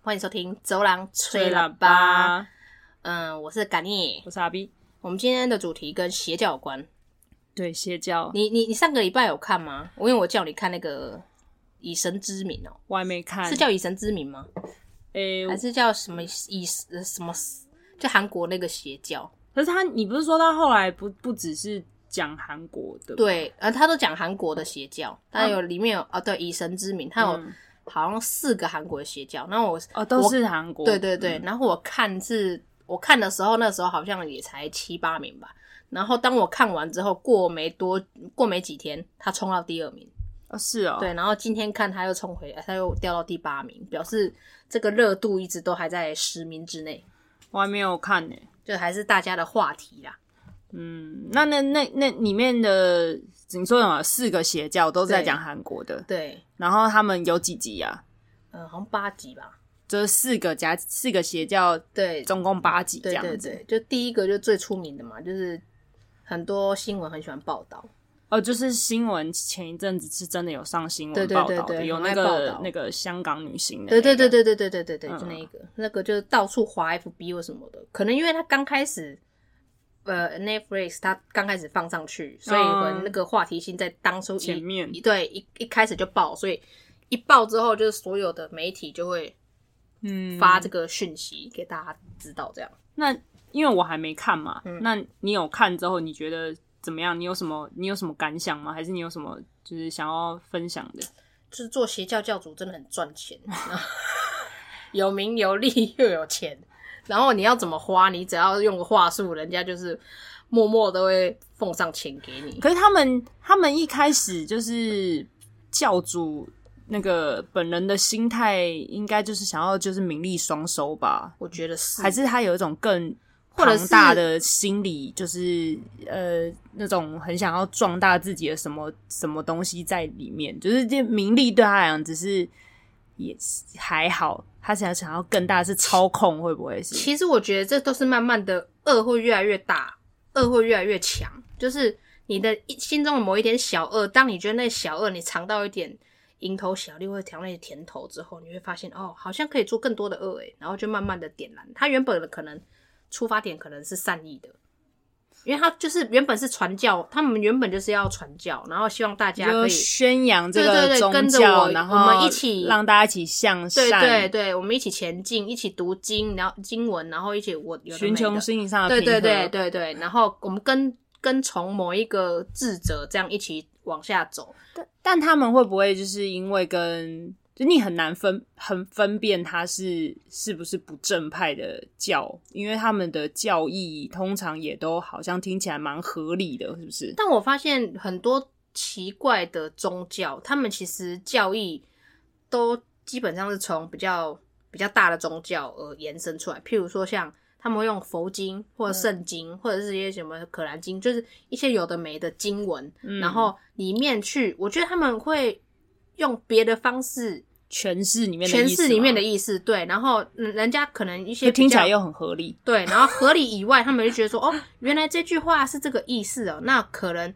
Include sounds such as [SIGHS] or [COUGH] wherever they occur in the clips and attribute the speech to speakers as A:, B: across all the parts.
A: 欢迎收听《走廊吹
B: 吹
A: 喇叭》。
B: 喇叭，
A: 嗯，我是甘尼。
B: 我是阿 B。
A: 我们今天的主题跟邪教有关。
B: 对，邪教
A: 你你你上个礼拜有看吗？我因为我叫你看那个《以神之名》哦，
B: 我还没看，
A: 是叫《以神之名》吗？
B: 诶、
A: 还是叫什么以呃什么？就韩国那个邪教，
B: 可是他，你不是说到后来不不只是讲韩国的，，
A: 对，呃，他都讲韩国的邪教，但有里面有啊，对，以神之名，他有
B: 嗯
A: 好像四个韩国的邪教。那我
B: 哦，都是韩国，嗯
A: 对对对，然后我看是，我看的时候，那时候好像也才七八名吧。然后当我看完之后，过没多过没几天，他冲到第二名，
B: 哦，是哦，
A: 对。然后今天看他又冲回来，他又掉到第八名，表示这个热度一直都还在十名之内，
B: 我还没有看呢、
A: 就还是大家的话题啦。
B: 嗯，那那那那里面的，你说什么？四个邪教都是在
A: 对
B: 讲韩国的，
A: 对，
B: 然后他们有几集啊？
A: 嗯、好像八集吧。
B: 就是四个加四个邪教，
A: 对，
B: 总共八集这
A: 对
B: 样子。
A: 对对，就第一个就最出名的嘛，就是很多新闻很喜欢报道。
B: 哦，就是新闻前一阵子是真的有上新
A: 对
B: 闻
A: 对
B: 报道
A: 对
B: 的，
A: 对
B: 有
A: 很
B: 那
A: 爱报
B: 个
A: 道
B: 那个香港女星的、
A: 对对对
B: 对，
A: 对对对对对对，就
B: 嗯
A: 那一个，那个就是到处滑 FB 或什么的，可能因为他刚开始，呃，Netflix 他刚开始放上去，所以
B: 嗯
A: 可能那个话题性在当初一
B: 前面
A: 一对一一开始就爆，所以一爆之后，就是所有的媒体就会
B: 嗯，
A: 发这个讯息给大家知道，这样。
B: 那因为我还没看嘛，
A: 嗯
B: 那你有看之后你觉得怎么样？你有什么你有什么感想吗？还是你有什么就是想要分享的？
A: 就是做邪教教主真的很赚钱， [LAUGHS] 有名有利又有钱，然后你要怎么花，你只要用个话术，人家就是默默都会奉上钱给你。
B: 可是他们他们一开始就是教主那个本人的心态，应该就是想要就是名利双收吧？
A: 我觉得是，
B: 还是他有一种更
A: 或者是
B: 庞大的心理，就是呃那种很想要壮大自己的什么什么东西在里面，就是这名利对他来讲只是也是还好，他想想要更大的是操控，会不会是？
A: 其实我觉得这都是慢慢的恶会越来越大，恶会越来越强。就是你的一心中的某一点小恶，当你觉得那小恶你尝到一点蝇头小利或者尝到一点甜头之后，你会发现哦，好像可以做更多的恶诶、欸然后就慢慢的点燃。它原本的可能出发点可能是善意的。因为它就是原本是传教，他们原本就是要传教，然后希望大家可
B: 就
A: 以
B: 宣扬这
A: 对对
B: 个
A: 对
B: 宗
A: 跟着
B: 教，
A: 我
B: 然
A: 我们
B: 后
A: 一起
B: 让大家一起向
A: 对
B: 善，
A: 对对，我们一起前进，一起读经，然后经文，然后一起我有的
B: 寻
A: 没
B: 求
A: 的
B: 心理上的
A: 对
B: 啊平
A: 对
B: 衡
A: 对对对，然后我们跟跟从某一个智者这样一起往下走，
B: 但他们会不会就是因为跟就你很难分很分辨他是是不是不正派的教，因为他们的教义通常也都好像听起来蛮合理的，是不是？
A: 但我发现很多奇怪的宗教，他们其实教义都基本上是从比较比较大的宗教而延伸出来。譬如说，像他们会用佛经或者圣经，
B: 嗯
A: 或者是一些什么可兰经，就是一些有的没的经文，
B: 嗯
A: 然后里面去，我觉得他们会用别的方式
B: 诠释里面的
A: 诠
B: 意思
A: 释
B: 吗
A: 里面的意思，对，然后嗯人家可能一些
B: 就听起
A: 比较
B: 来又很合理。
A: 对，然后合理以外，他们就觉得说，哦，原来这句话是这个意思哦，那可能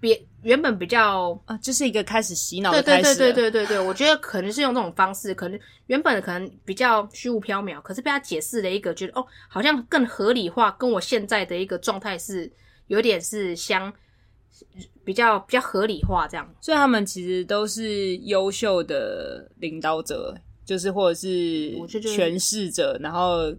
A: 别原本比较。
B: 啊，就是一个开始洗脑
A: 对
B: 的
A: 对
B: 开始啊
A: 对
B: 了，
A: 对对对对，我觉得可能是用这种方式，可能原本可能比较虚无缥缈，可是被他解释了一个，觉得哦，好像更合理化，跟我现在的一个状态是有点是相比较比较合理化这样。
B: 所以他们其实都是优秀的领导者，就是或者是
A: 我觉得就是
B: 诠释者，然后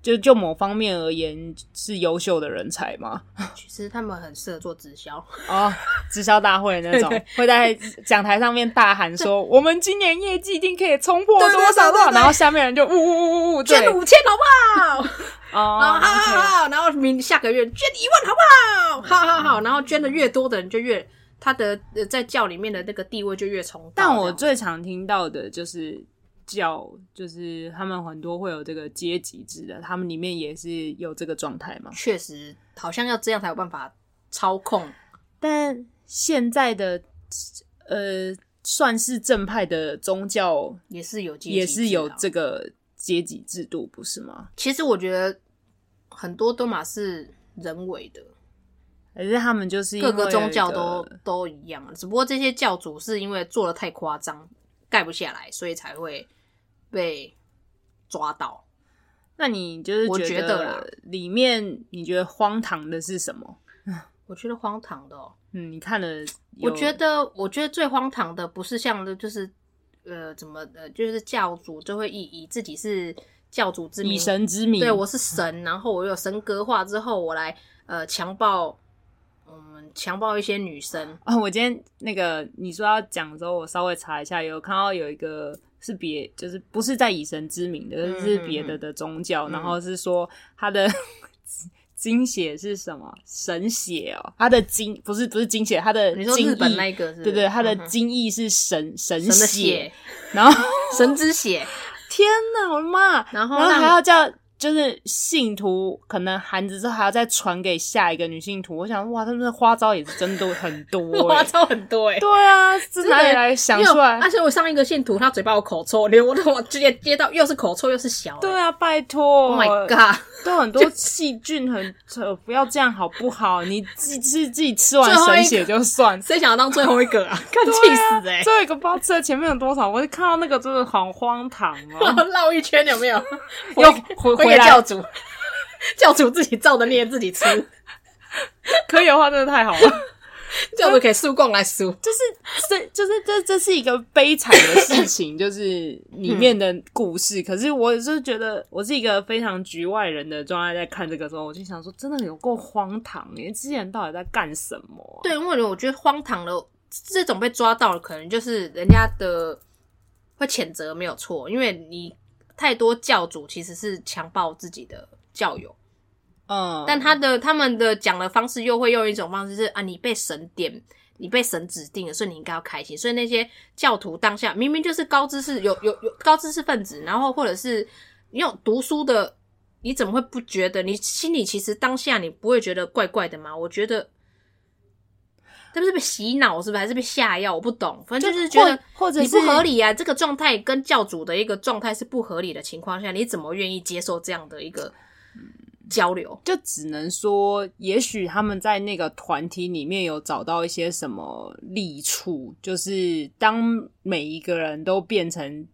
B: 就就某方面而言是优秀的人才嘛。
A: 其实他们很适合做直销，
B: 哦，直销大会那种，会在讲台上面大喊说：“我们今年业绩一定可以冲破
A: 对
B: 多
A: 对
B: 少
A: 对
B: 多少。”
A: 对
B: 然后下面人就呜呜呜呜呜，
A: [LAUGHS] 捐
B: 对，
A: 五千好不好？
B: 哦
A: 啊，好好
B: OK
A: 好，然后明下个月捐一万，好不好？好好好，然后捐的越多的人就越他的呃在教里面的那个地位就越崇高。
B: 但我
A: 这样
B: 最常听到的就是叫，就是他们很多会有这个阶级制的，他们里面也是有这个状态嘛。
A: 确实好像要这样才有办法操控，
B: 但现在的呃，算是正派的宗教
A: 也是有阶级
B: 也是有
A: 制啊。
B: 这个阶级制度，不是吗？
A: 其实我觉得很多都嘛是人为的，
B: 还是他们就是因为
A: 各个宗教
B: 有
A: 都
B: 一个
A: 都一样啊，只不过这些教主是因为做的太夸张，盖不下来，所以才会被抓到。
B: 那你就是
A: 我觉得啦
B: 得里面你觉得荒唐的是什么？
A: 我觉得荒唐的、哦，
B: 嗯，你看了
A: 我
B: 有，
A: 觉得我觉得最荒唐的不是像就是呃怎么呃就是教主就会以以自己是教主之名
B: 以神之名，
A: 对我是神，然后我有神格化之后，我来呃强暴嗯强暴一些女生，
B: 啊、我今天那个你说要讲的时候，我稍微查一下，有看到有一个是别，就是不是在以神之名的，
A: 嗯
B: 是别的的宗教，
A: 嗯
B: 然后是说他的 [LAUGHS] 精血是什么神血哦，他的精不是不是精血，他的
A: 你说
B: 精
A: 日本
B: 液
A: 那一个是不是
B: 对对，他的
A: 嗯哼
B: 精液是神神
A: 神的
B: 血
A: 血，，
B: 然后 [LAUGHS]
A: 神之血，
B: 天哪，我的妈！ [LAUGHS]
A: 然后
B: 然后还
A: 让
B: 要叫就是信徒，可能含着之后还要再传给下一个女信徒。我想，哇，他们的花招也是真的很 [LAUGHS] 多、
A: 花
B: 欸。
A: 招很多哎、欸。
B: 对啊，这
A: 真的
B: 哪里来想出
A: 因为
B: 来
A: 我而？且我上一个信徒，他嘴巴有口臭，连我都我直接接到，又是口臭又是小、欸。
B: 对啊，拜托
A: ，Oh my god！
B: 都很多细菌很，呃，不要这样好不好？你自己自己吃完
A: 最后一
B: 神
A: 个
B: 血就 [LAUGHS] 算，
A: 谁想要当最后一个啊？ [LAUGHS] 看气死哎、
B: 最后一个不知道吃了前面有多少，我就看到那个真的好荒唐
A: 然
B: [LAUGHS] 哦。
A: 后 [LAUGHS] 绕一圈有没有？
B: 又回
A: 回
B: 回
A: 给
B: 来
A: 教主， [LAUGHS] 教主自己造的孽自己 [LAUGHS] 吃，
B: 可以的话，真的太好了。
A: 教主给输供来输。
B: 就是这，就是这，这是一个悲惨的
A: [LAUGHS]
B: 事情，就是
A: 嗯
B: 里面的故事。可是我就觉得，我是一个非常局外人的状态，在看这个时候，我就想说，真的有够荒唐耶！之前到底在干什么、啊？
A: 对，因为我觉得荒唐的这种被抓到了，可能就是人家的会谴责没有错，因为你太多教主其实是强暴自己的教友，
B: 嗯，
A: 但他的他们的讲的方式又会用一种方式是啊，你被神点。你被神指定了，所以你应该要开心。所以那些教徒当下明明就是高知识有有有高知识分子，然后或者是你有读书的，你怎么会不觉得？你心里其实当下你不会觉得怪怪的吗？我觉得这不是被洗脑，是不是还是被下药？我不懂，反正就是觉得
B: 或或者
A: 你
B: 是
A: 不合理啊，这个状态跟教主的一个状态是不合理的情况下，你怎么愿意接受这样的一个交流？
B: 就只能说，也许他们在那个团体里面有找到一些什么利处，就是当每一个人都变成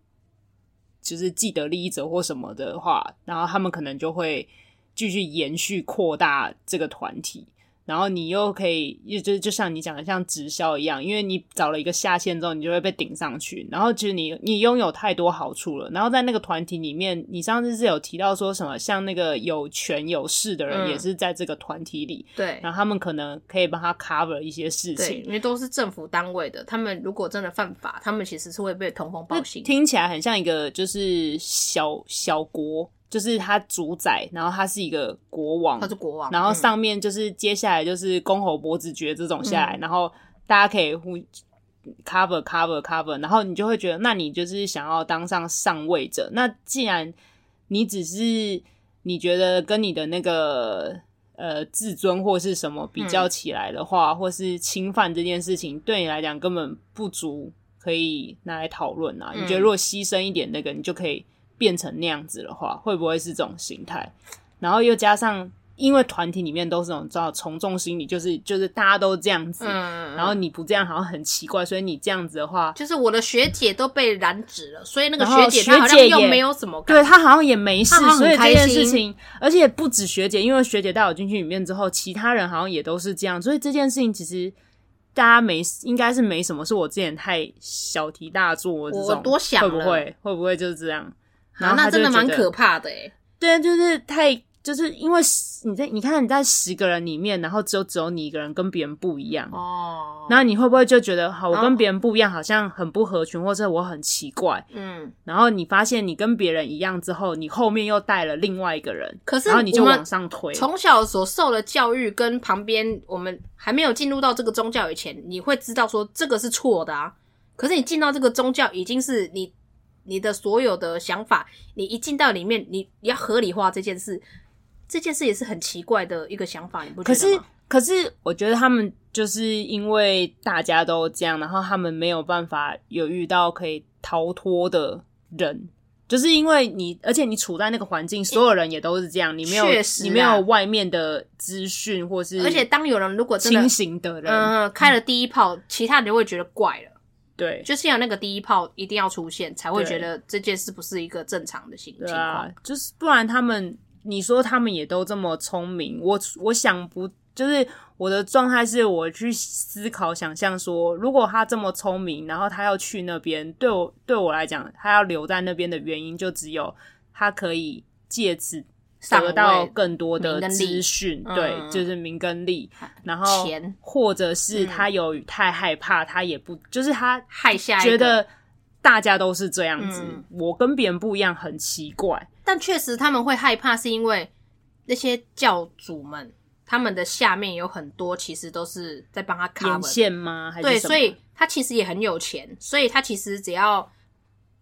B: 就是既得利益者或什么的话，然后他们可能就会继续延续扩大这个团体。然后你又可以，也就就像你讲的，像直销一样，因为你找了一个下线之后，你就会被顶上去。然后其实你你拥有太多好处了。然后在那个团体里面，你上次是有提到说什么，像那个有权有势的人
A: 嗯
B: 也是在这个团体里，
A: 对
B: 然后他们可能可以帮他 cover 一些事
A: 对，
B: 情。
A: 因为都是政府单位的，他们如果真的犯法，他们其实是会被通风报
B: 那
A: 信。
B: 听起来很像一个就是小小国，就是他主宰，然后他是一个国王
A: 他，是国王，
B: 然后
A: 嗯
B: 上面就是接下来就是公侯伯子爵这种
A: 嗯
B: 下来，然后大家可以互 cover cover cover，然后你就会觉得，那你就是想要当上上位者。那既然你只是你觉得跟你的那个呃自尊或是什么比
A: 嗯
B: 较起来的话，或是侵犯这件事情，对你来讲根本不足可以拿来讨论啊。
A: 嗯
B: 你觉得如果牺牲一点那个，你就可以变成那样子的话，会不会是这种形态？然后又加上，因为团体里面都是那种叫从众心理，就是就是大家都这样子，
A: 嗯，
B: 然后你不这样好像很奇怪，所以你这样子的话，
A: 就是我的学姐都被染指了，所以那个
B: 然后
A: 姐
B: 学
A: 她好
B: 姐
A: 像又
B: 也
A: 没有什么感
B: 对他好像也没事
A: 他好，像
B: 所以
A: 很
B: 这
A: 开
B: 件
A: 心
B: 事情，而且不止学姐，因为学姐带我进去里面之后，其他人好像也都是这样，所以这件事情其实大家没应该是没什么，是我之前太小题大做这
A: 我
B: 种，
A: 多想
B: 会
A: 了
B: 不会会不会就是这样？然
A: 啊，
B: 后
A: 那
B: 他就
A: 真的
B: 会
A: 蛮
B: 觉得
A: 可怕的哎。
B: 对，啊就是太就是因为十你在你看你在十个人里面，然后只有只有你一个人跟别人不一样，
A: 哦，
B: 然后你会不会就觉得好，我
A: 然
B: 跟
A: 后
B: 别人不一样，好像很不合群，或者我很奇怪？
A: 嗯，
B: 然后你发现你跟别人一样之后，你后面又带了另外一个人，
A: 可是
B: 然后你就
A: 我们
B: 往上推，
A: 从小所受的教育跟旁边我们还没有进入到这个宗教以前，你会知道说这个是错的啊。可是你进到这个宗教，已经是你你的所有的想法，你一进到里面，你你要合理化这件事，这件事也是很奇怪的一个想法，你不觉得
B: 可是
A: 吗？，
B: 可是我觉得他们就是因为大家都这样，然后他们没有办法有遇到可以逃脱的人，就是因为你，而且你处在那个环境，所有人也都是这样，你没有，
A: 确实啊
B: 你没有外面的资讯或是，
A: 而且当有人如果真的嗯
B: 清醒的人，
A: 嗯、开了第一炮，其他人就会觉得怪了。
B: 对，
A: 就是要那个第一炮一定要出现，才会
B: 对
A: 觉得这件事不是一个正常的情
B: 对
A: 情
B: 啊
A: 况。，
B: 就是不然他们，你说他们也都这么聪明，我我想不，就是我的状态是我去思考想象说，如果他这么聪明，然后他要去那边，对我对我来讲，他要留在那边的原因就只有他可以借此
A: 上
B: 得到
A: 位
B: 更多
A: 名
B: 的
A: 跟利
B: 资讯，
A: 嗯啊
B: 对，就是名跟利，然后
A: 钱嗯
B: 或者是他有太害怕，他也不就是他
A: 害下一个
B: 觉得大家都是这样子，
A: 嗯
B: 我跟别人不一样，很奇怪。
A: 但确实他们会害怕，是因为那些教主们他们的下面有很多其实都是在帮他
B: 眼
A: cover
B: 线吗？还是
A: 对，
B: 什么
A: 所以他其实也很有钱，所以他其实只要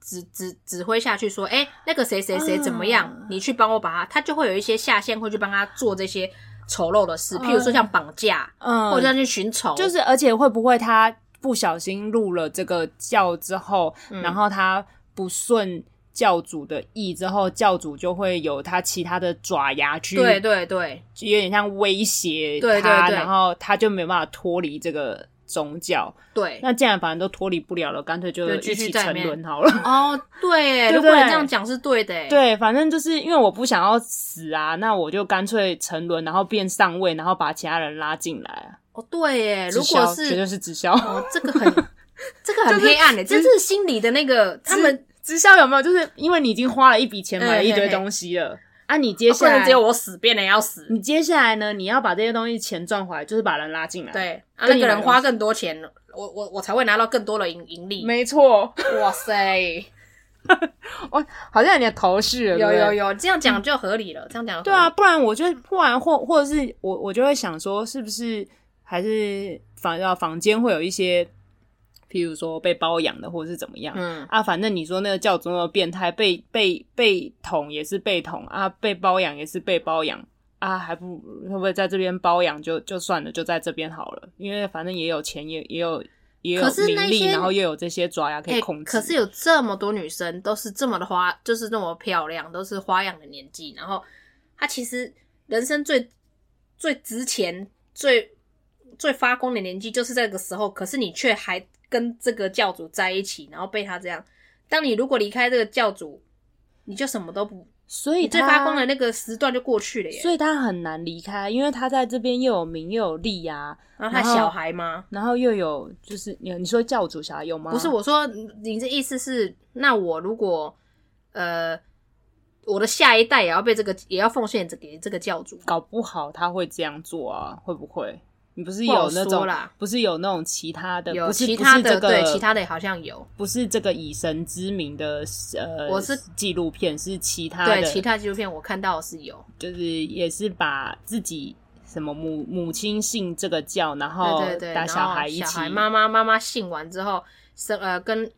A: 指指指挥下去说，哎、那个谁谁谁怎么样，
B: 啊
A: 你去帮我把他，他就会有一些下线会去帮他做这些丑陋的事，譬如说像绑架、
B: 嗯，
A: 或者要去寻仇，
B: 就是，而且会不会他不小心入了这个教之后，
A: 嗯
B: 然后他不顺教主的意之后，教主就会有他其他的爪牙去，
A: 对对对
B: 就有点像威胁他，
A: 对对对
B: 然后他就没有办法脱离这个宗教。
A: 对。
B: 那既然反正都脱离不了了，干脆就
A: 就
B: 一
A: 继续
B: 起
A: 在里
B: 沉
A: 面
B: 沦好了。
A: 哦，对耶，
B: 对
A: 如果你
B: 对
A: 这样讲是对的耶，
B: 对，反正就是因为我不想要死啊，那我就干脆沉沦，然后变上位，然后把其他人拉进来啊。
A: 哦对耶，如
B: 直
A: 果
B: 销
A: 是
B: 绝对是直销，
A: [LAUGHS] 哦，这个很这个很黑暗的，这是心理的那个他们。
B: 直销有没有？就是因为你已经花了一笔钱买了一
A: 哎嘿
B: 堆
A: 嘿哦
B: 东西了，啊，你接
A: 不
B: 下
A: 能
B: 来
A: 只有我死，别人也要死。
B: 你接下来呢？你要把这些东西钱赚回来，就是把人拉进来。，
A: 对，啊，
B: 跟
A: 那
B: 你
A: 个人
B: 买
A: 花更多钱，我我我才会拿到更多的盈盈利。
B: 没错，
A: 哇塞，
B: 好像有点头绪
A: 有
B: 了，对不对
A: 有。有，这样讲就合理了，这样讲就合理
B: 对啊，，不然我就不然或或者是我我就会想说，是不是还是房要房间会有一些，譬如说被包养的，或者是怎么样？
A: 嗯，
B: 啊，反正你说那个教主那么变态，被被被捅也是被捅啊，被包养也是被包养啊，还不会不会在这边包养就就算了，就在这边好了，因为反正也有钱，也也有也有
A: 可是那
B: 名利，
A: 些
B: 然后又有这些爪牙可以
A: 哎
B: 控制。
A: 可是有这么多女生都是这么的花，就是那么漂亮，都是花样的年纪，然后她其实人生最最值钱、最最发光的年纪就是这个时候，可是你却还跟这个教主在一起，然后被他这样。当你如果离开这个教主，你就什么都不，
B: 所以
A: 你最
B: 他
A: 发光的那个时段就过去了耶。
B: 所以他很难离开，因为他在这边又有名又有利啊，
A: 然后他
B: 然后
A: 小孩吗？
B: 然后又有就是你你说教主小孩有吗？
A: 不是，我说你这意思是，那我如果呃，我的下一代也要被这个，也要奉献给这个教主，
B: 搞不好他会这样做啊，会不会？你不是
A: 不好
B: 有
A: 说
B: 那种
A: 啦
B: 不是有那种其他的，
A: 有
B: 不是
A: 其他
B: 不是
A: 的
B: 这个
A: 对其他的好像有，
B: 不是这个以神之名的呃，
A: 我是
B: 纪录片是其他的，
A: 对其他纪录片我看到的是有，
B: 就是也是把自己什么母母亲信这个教，然后
A: 对对对，
B: 打
A: 然
B: 小
A: 后
B: 孩一
A: 小
B: 起
A: 孩妈妈妈妈信完之后生呃跟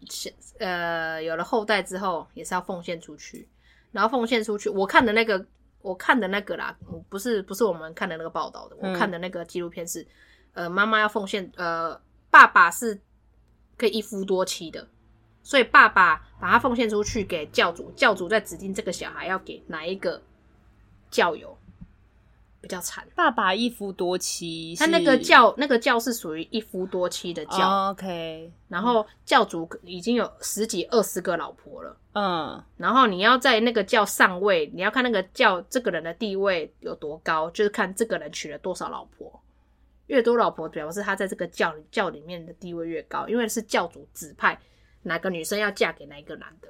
A: 呃有了后代之后也是要奉献出去，然后奉献出去，我看的那个我看的那个啦，嗯不是不是我们看的那个报道的，
B: 嗯
A: 我看的那个纪录片是呃妈妈要奉献，呃爸爸是可以一夫多妻的。所以爸爸把他奉献出去给教主，教主再指定这个小孩要给哪一个教友，比较惨。
B: 爸爸一夫多妻是，
A: 他那个教那个教是属于一夫多妻的教，
B: 哦 OK，
A: 然后教主已经有十几二十个老婆了。
B: 嗯，
A: 然后你要在那个教上位，你要看那个教这个人的地位有多高，就是看这个人娶了多少老婆，越多老婆表示他在这个教教里面的地位越高，因为是教主指派哪个女生要嫁给哪一个男的。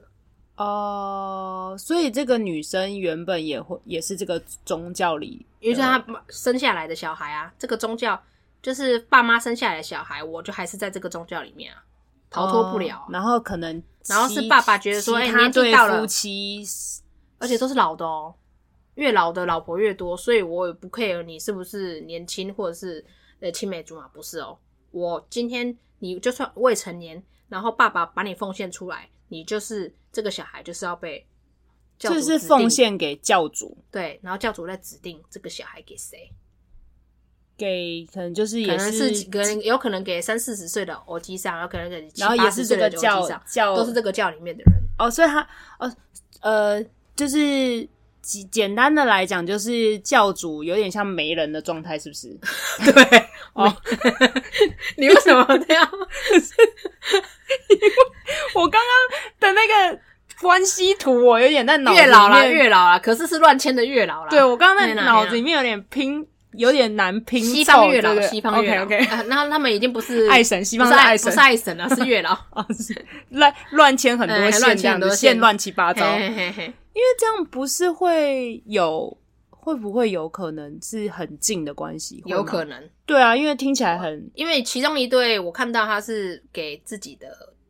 B: 哦、所以这个女生原本也会也是这个宗教里，
A: 因为是他妈生下来的小孩啊，这个宗教就是爸妈生下来的小孩，我就还是在这个宗教里面啊，逃脱不了啊、
B: 哦然后可能其，
A: 然后是爸爸觉得说
B: 其
A: 哎
B: 他
A: 年纪
B: 对
A: 到了
B: 夫妻
A: 而且都是老的哦，越老的老婆越多，所以我也不 care 你是不是年轻或者是呃青梅竹马，不是哦。我今天你就算未成年，然后爸爸把你奉献出来，你就是这个小孩就是要被教主
B: 就
A: 指定
B: 是奉献给教主，
A: 对，然后教主再指定这个小孩给谁，
B: 给可能就是
A: 可
B: 也
A: 能是可能有可能给三四十岁的欧基上，有可能给七
B: 然后也
A: 八
B: 是
A: 十
B: 这
A: 岁
B: 个
A: 的欧
B: 教
A: 基上，
B: 教
A: 都是这个教里面的
B: [LAUGHS]
A: 人。
B: 哦，所以他哦呃，就是简简单的来讲，就是教主有点像媒人的状态，是不
A: [LAUGHS]
B: 是？
A: 对， [LAUGHS]
B: 哦
A: 哦，你为什么这样？
B: 关系图，我有点在脑子
A: 月老啦，
B: 里面
A: 月老啦，可是是乱签的月老啦。
B: 对，我刚刚在
A: 对啦
B: 脑子里面有点拼，有点难拼凑。
A: 西方月老
B: 对，对
A: 西方月老
B: OK，OK
A: 啊那他们已经不是
B: 爱神，西
A: 不
B: 方
A: 是
B: 的爱
A: 不
B: 神
A: 是，爱神了，是月老。
B: [LAUGHS] 啊是乱乱签很多
A: 哎
B: 线
A: 乱
B: 这
A: 签
B: 样
A: 很
B: 子，
A: 多
B: 线
A: 线
B: 乱七八糟。
A: 嘿嘿嘿
B: 因为这样不是会有，会不会有可能是很近的关系？会吗
A: 有可能，
B: 对啊，因为听起来很
A: 因为其中一对我看到他是给自己的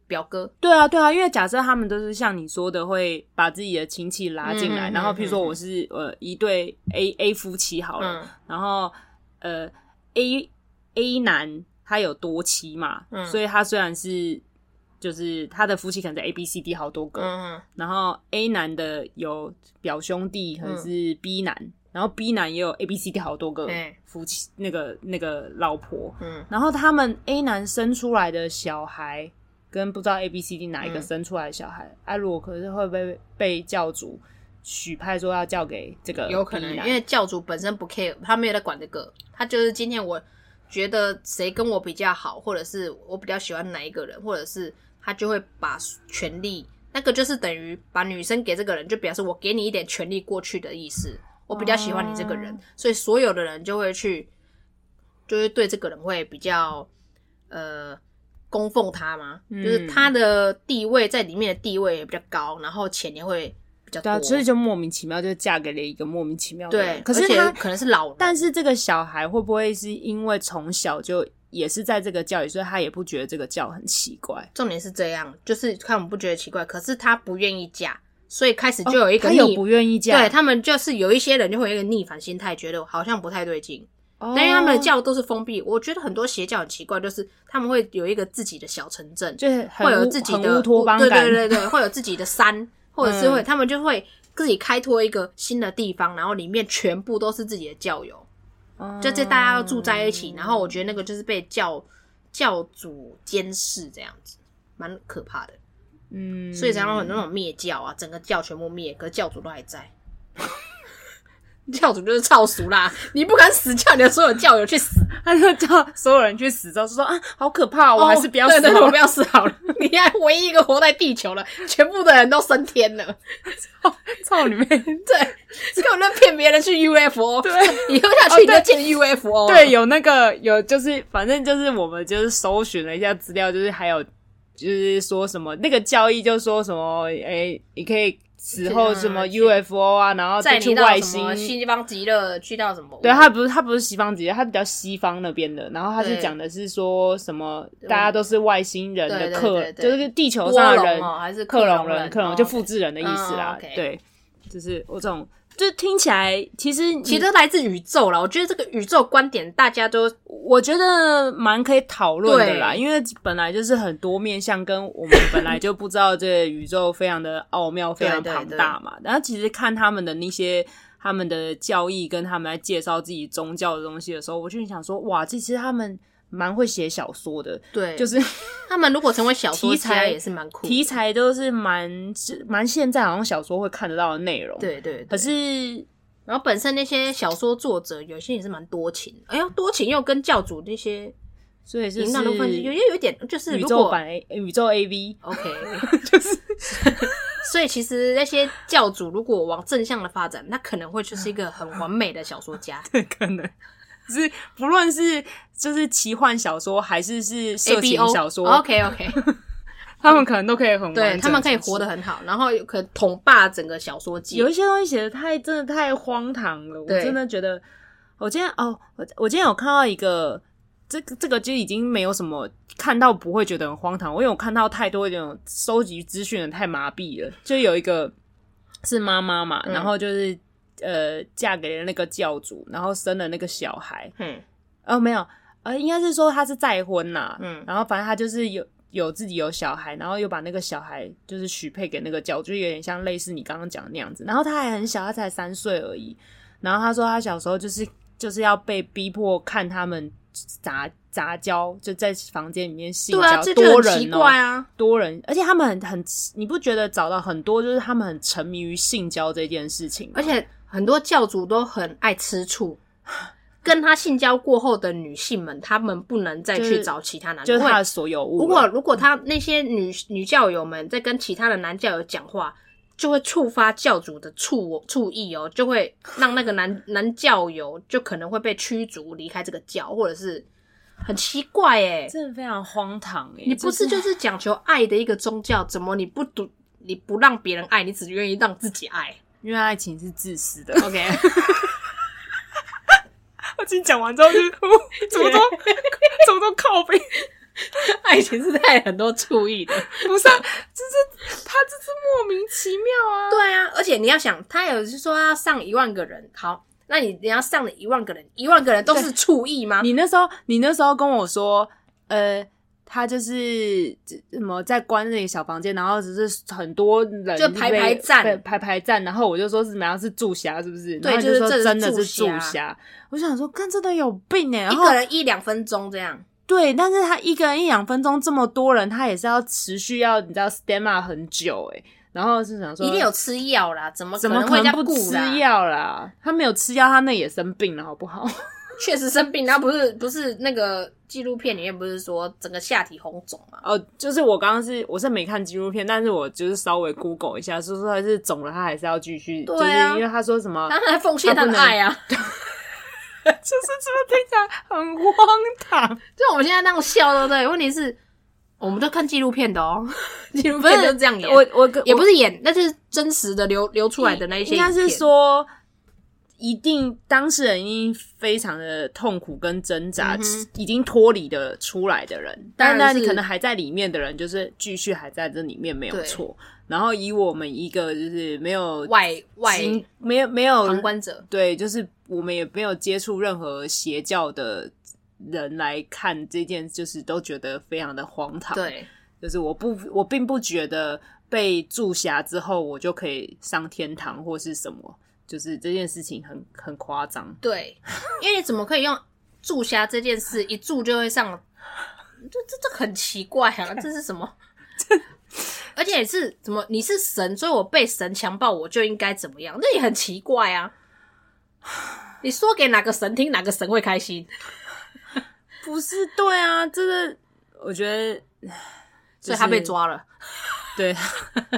A: 表哥，
B: 对啊，对啊，因为假设他们都是像你说的，会把自己的亲戚拉进来，
A: 嗯嗯
B: 然后譬如说
A: 嗯嗯
B: 我是呃一对 A A 夫妻好了，
A: 嗯
B: 然后呃 A A 男他有多妻嘛，
A: 嗯
B: 所以他虽然是就是他的夫妻可能是 A B C D 好多个，
A: 嗯
B: 然后 A 男的有表兄弟，可能是
A: 嗯
B: B 男，然后 B 男也有 A B C D 好多个
A: 哎
B: 夫妻，那个那个老婆，
A: 嗯
B: 然后他们 A 男生出来的小孩，跟不知道 A、B、C、D 哪一个
A: 嗯
B: 生出来的小孩，艾鲁可是会被被教主许派说要嫁给这个啊
A: 有可能
B: B，男
A: 因为教主本身不 care，他没有在管这个，他就是今天我觉得谁跟我比较好，或者是我比较喜欢哪一个人，或者是他就会把权力，那个就是等于把女生给这个人，就表示我给你一点权力过去的意思，我比较喜欢你这个人，
B: 哦
A: 所以所有的人就会去，就会对这个人会比较呃供奉他嘛，
B: 嗯
A: 就是他的地位在里面的地位也比较高，然后钱也会比较
B: 对
A: 多，
B: 啊，所以就莫名其妙就嫁给了一个莫名其妙的人
A: 对，
B: 可是
A: 而且
B: 他
A: 可能是老人，
B: 但是这个小孩会不会是因为从小就也是在这个教育，所以他也不觉得这个教很奇怪？
A: 重点是这样，就是看我们不觉得奇怪，可是他不愿意嫁，所以开始就有一个
B: 哦他
A: 逆、
B: 有不愿意嫁，
A: 对他们就是有一些人就会有一个逆反心态，觉得好像不太对劲。
B: 哦，
A: 但因为他们的教都是封闭，我觉得很多邪教很奇怪，就是他们会有一个自己的小城镇，
B: 就是很
A: 会有
B: 乌
A: 自己
B: 很
A: 的
B: 乌托邦
A: 对
B: 感，
A: 对对对，会有自己的山，或者是会、
B: 嗯
A: 他们就会自己开拓一个新的地方，然后里面全部都是自己的教友。
B: 嗯
A: 就这大家要住在一起，然后我觉得那个就是被教教主监视这样子，蛮可怕的。
B: 嗯，
A: 所以常常有很多那种灭教啊，整个教全部灭，可是教主都还在。 [LAUGHS] 教主就是超俗啦，你不敢死，叫你的所有教友去死。
B: [LAUGHS] 他就叫所有人去死之后说啊，好可怕哦，我还是不要
A: 对
B: 死
A: 对对我
B: 好
A: 不
B: 了，
A: 要死好了。你还唯一一个活在地球了，全部的人都升天了。
B: [LAUGHS] 操
A: [LAUGHS]
B: 你妹！
A: 对，根本在骗别人去 UFO。
B: 对
A: 以后下去你就见 UFO 了。
B: 对，有那个有就是，反正就是我们就是搜寻了一下资料，就是还有就是说什么那个教义就说什么，哎，你可以死后什么
A: 嗯去
B: UFO 啊，然后再
A: 载
B: 去
A: 你到
B: 外
A: 什
B: 星
A: 么西方极乐，去到什么？
B: 对他不是他不是西方籍，他比较西方那边的。然后他是
A: 对
B: 讲的是说什么大家都是外星人
A: 对
B: 的
A: 对
B: 克，
A: 对对
B: 就是地球
A: 波
B: 上的
A: 龙
B: 人，
A: 哦还是
B: 克
A: 克
B: 隆
A: 隆
B: 人，
A: 人
B: 克隆
A: 哦
B: 就复制人的意思啦。
A: 嗯，OK
B: 对，就是我这种，就听起来其实你
A: 其实来自宇宙啦。我觉得这个宇宙观点大家都
B: 我觉得蛮可以讨论的啦，
A: 对
B: 因为本来就是很多面向，跟我们本来就不知道这个宇宙非常的奥妙、非
A: [LAUGHS]
B: 常庞大嘛。然后其实看他们的那些他们的教义跟他们在介绍自己宗教的东西的时候，我就想说，哇，这其实他们蛮会写小说的，
A: 对，
B: 就是
A: 他们如果成为小说
B: 题材
A: 家也是蛮酷的。
B: 题材都是蛮蛮现在好像小说会看得到的内容。，
A: 对对对，
B: 可是
A: 然后本身那些小说作者有些也是蛮多情，哎呦，多情又跟教主那 [LAUGHS] 些
B: 所以就是
A: 淫荡的分析，有些有一点就是
B: 宇
A: 如
B: 宙
A: 果
B: 版 A 宇宙 A V，
A: OK，就是，所以其实那些教主如果往正向的发展，那可能会就是一个很完美的小说 [LAUGHS] 家
B: [LAUGHS] 可能。是，不论是就是奇幻小说，还是是色
A: ，A
B: 情
A: B O
B: 小说
A: OK OK，
B: 他们可能都可以很
A: [LAUGHS]
B: 完
A: 对
B: 整
A: 他们可以
B: 呈现
A: 活得很好，然后有可能统霸整个小说界
B: 有。一些东西写的太真的太荒唐了，我
A: 对
B: 真的觉得，我今天哦，我我今天有看到一个，这个这个就已经没有什么看到不会觉得很荒唐，因为我看到太多这种收集资讯的太麻痹了，就有一个是妈妈嘛，
A: 嗯
B: 然后就是呃嫁给了那个教主，然后生了那个小孩，
A: 嗯
B: 哦，没有，呃，应该是说他是再婚啦，
A: 嗯
B: 然后反正他就是有有自己有小孩，然后又把那个小孩就是许配给那个教，就有点像类似你刚刚讲的那样子。然后他还很小，他才三岁而已。然后他说他小时候就是就是要被逼迫看他们杂杂交，就在房间里面性交，
A: 对啊，这就
B: 多
A: 很
B: 人
A: 奇
B: 哦
A: 怪啊。
B: 多人，而且他们很很，你不觉得找到很多就是他们很沉迷于性交这件事情吗？
A: 而且很多教主都很爱吃醋，跟他性交过后的女性们，她们不能再
B: 就是
A: 去找其他男
B: 就
A: 人。
B: 是他
A: 会
B: 的所有物了，
A: 如果如果他那些女女教友们在跟其他的男教友讲话，就会触发教主的醋醋意哦，就会让那个男男教友就可能会被驱逐离开这个教，或者是很奇怪哎、
B: 真的非常荒唐哎、
A: 你不是就是讲求爱的一个宗教，怎么你不独你不让别人爱，你只愿意让自己爱
B: 因为爱情是自私的。
A: ？OK，
B: [LAUGHS] 我今天讲完之后就
A: [LAUGHS]
B: 怎么都怎么都靠背，
A: 爱情是带很多醋意的。
B: 不是、啊，就是他这是莫名其妙啊。
A: 对啊，而且你要想，他有是说要上一万个人，好，那你你要上了一万个人，一万个人都是醋意吗？
B: 你那时候，你那时候跟我说，呃，他就是什么在关那个小房间，然后只是很多人
A: 就排
B: 被
A: 排站
B: 被排排站，然后我就说是怎么样是住侠是不是？
A: 对
B: 然后你
A: 就是
B: 说
A: 这是
B: 真的
A: 住
B: 是住
A: 侠
B: 侠。我想说，看真的有病哎、然
A: 一
B: 后
A: 个人一两分钟这样，
B: 对，但是他一个人一两分钟，这么多人，他也是要持续要你知道 stand up 很久哎、然后是想说
A: 一定有吃药啦，怎么
B: 怎么
A: 能会
B: 可
A: 这
B: 能
A: 样
B: 不
A: 顾
B: 吃
A: 啦？
B: 药啦？他没有吃药，他那也生病了好不好？ [LAUGHS]
A: 确实生病，然后不是不是那个纪录片里面不是说整个下体红肿嘛？
B: 哦，就是我刚刚是我是没看纪录片，但是我就是稍微 Google 一下，是说他是肿了，他还是要继续，
A: 对
B: 就
A: 啊
B: 是因为他说什么， [LAUGHS]
A: 然后他还奉献他的爱啊！
B: 就是这么听起来很荒唐。
A: 就我们现在那样笑，对不对？问题是，我们都看纪录片的哦， [LAUGHS] 纪录片
B: 不是
A: 就这样演，
B: 我我跟
A: 也不
B: 我
A: 是演，那就是真实的流流出来的那一些
B: 应
A: 影
B: 该
A: 片。
B: 是说。一定当事人一定非常的痛苦跟挣扎，
A: 嗯哼
B: 已经脱离的出来的人，
A: 当
B: 但
A: 然
B: 那你
A: 是
B: 可能还在里面的人，就是继续还在这里面没有
A: 对
B: 错。然后以我们一个就是没有
A: 外外
B: 经没有没有
A: 旁观者，
B: 对，就是我们也没有接触任何邪教的人来看这件，就是都觉得非常的荒唐。，
A: 对，
B: 就是我不，我并不觉得被注侠之后我就可以上天堂或是什么，就是这件事情很很夸张。
A: [LAUGHS] 对，因为你怎么可以用注虾这件事一注就会上？这这这很奇怪啊！这是什 [LAUGHS] 么？而且是怎么？你是神，所以我被神强暴，我就应该怎么样？那也很奇怪 [SIGHS] 啊！你说给哪个神听，哪个神会开心？
B: 不是，对啊，这个我觉得。 [SIGHS]
A: 所以他被，抓了， [LAUGHS]
B: 对，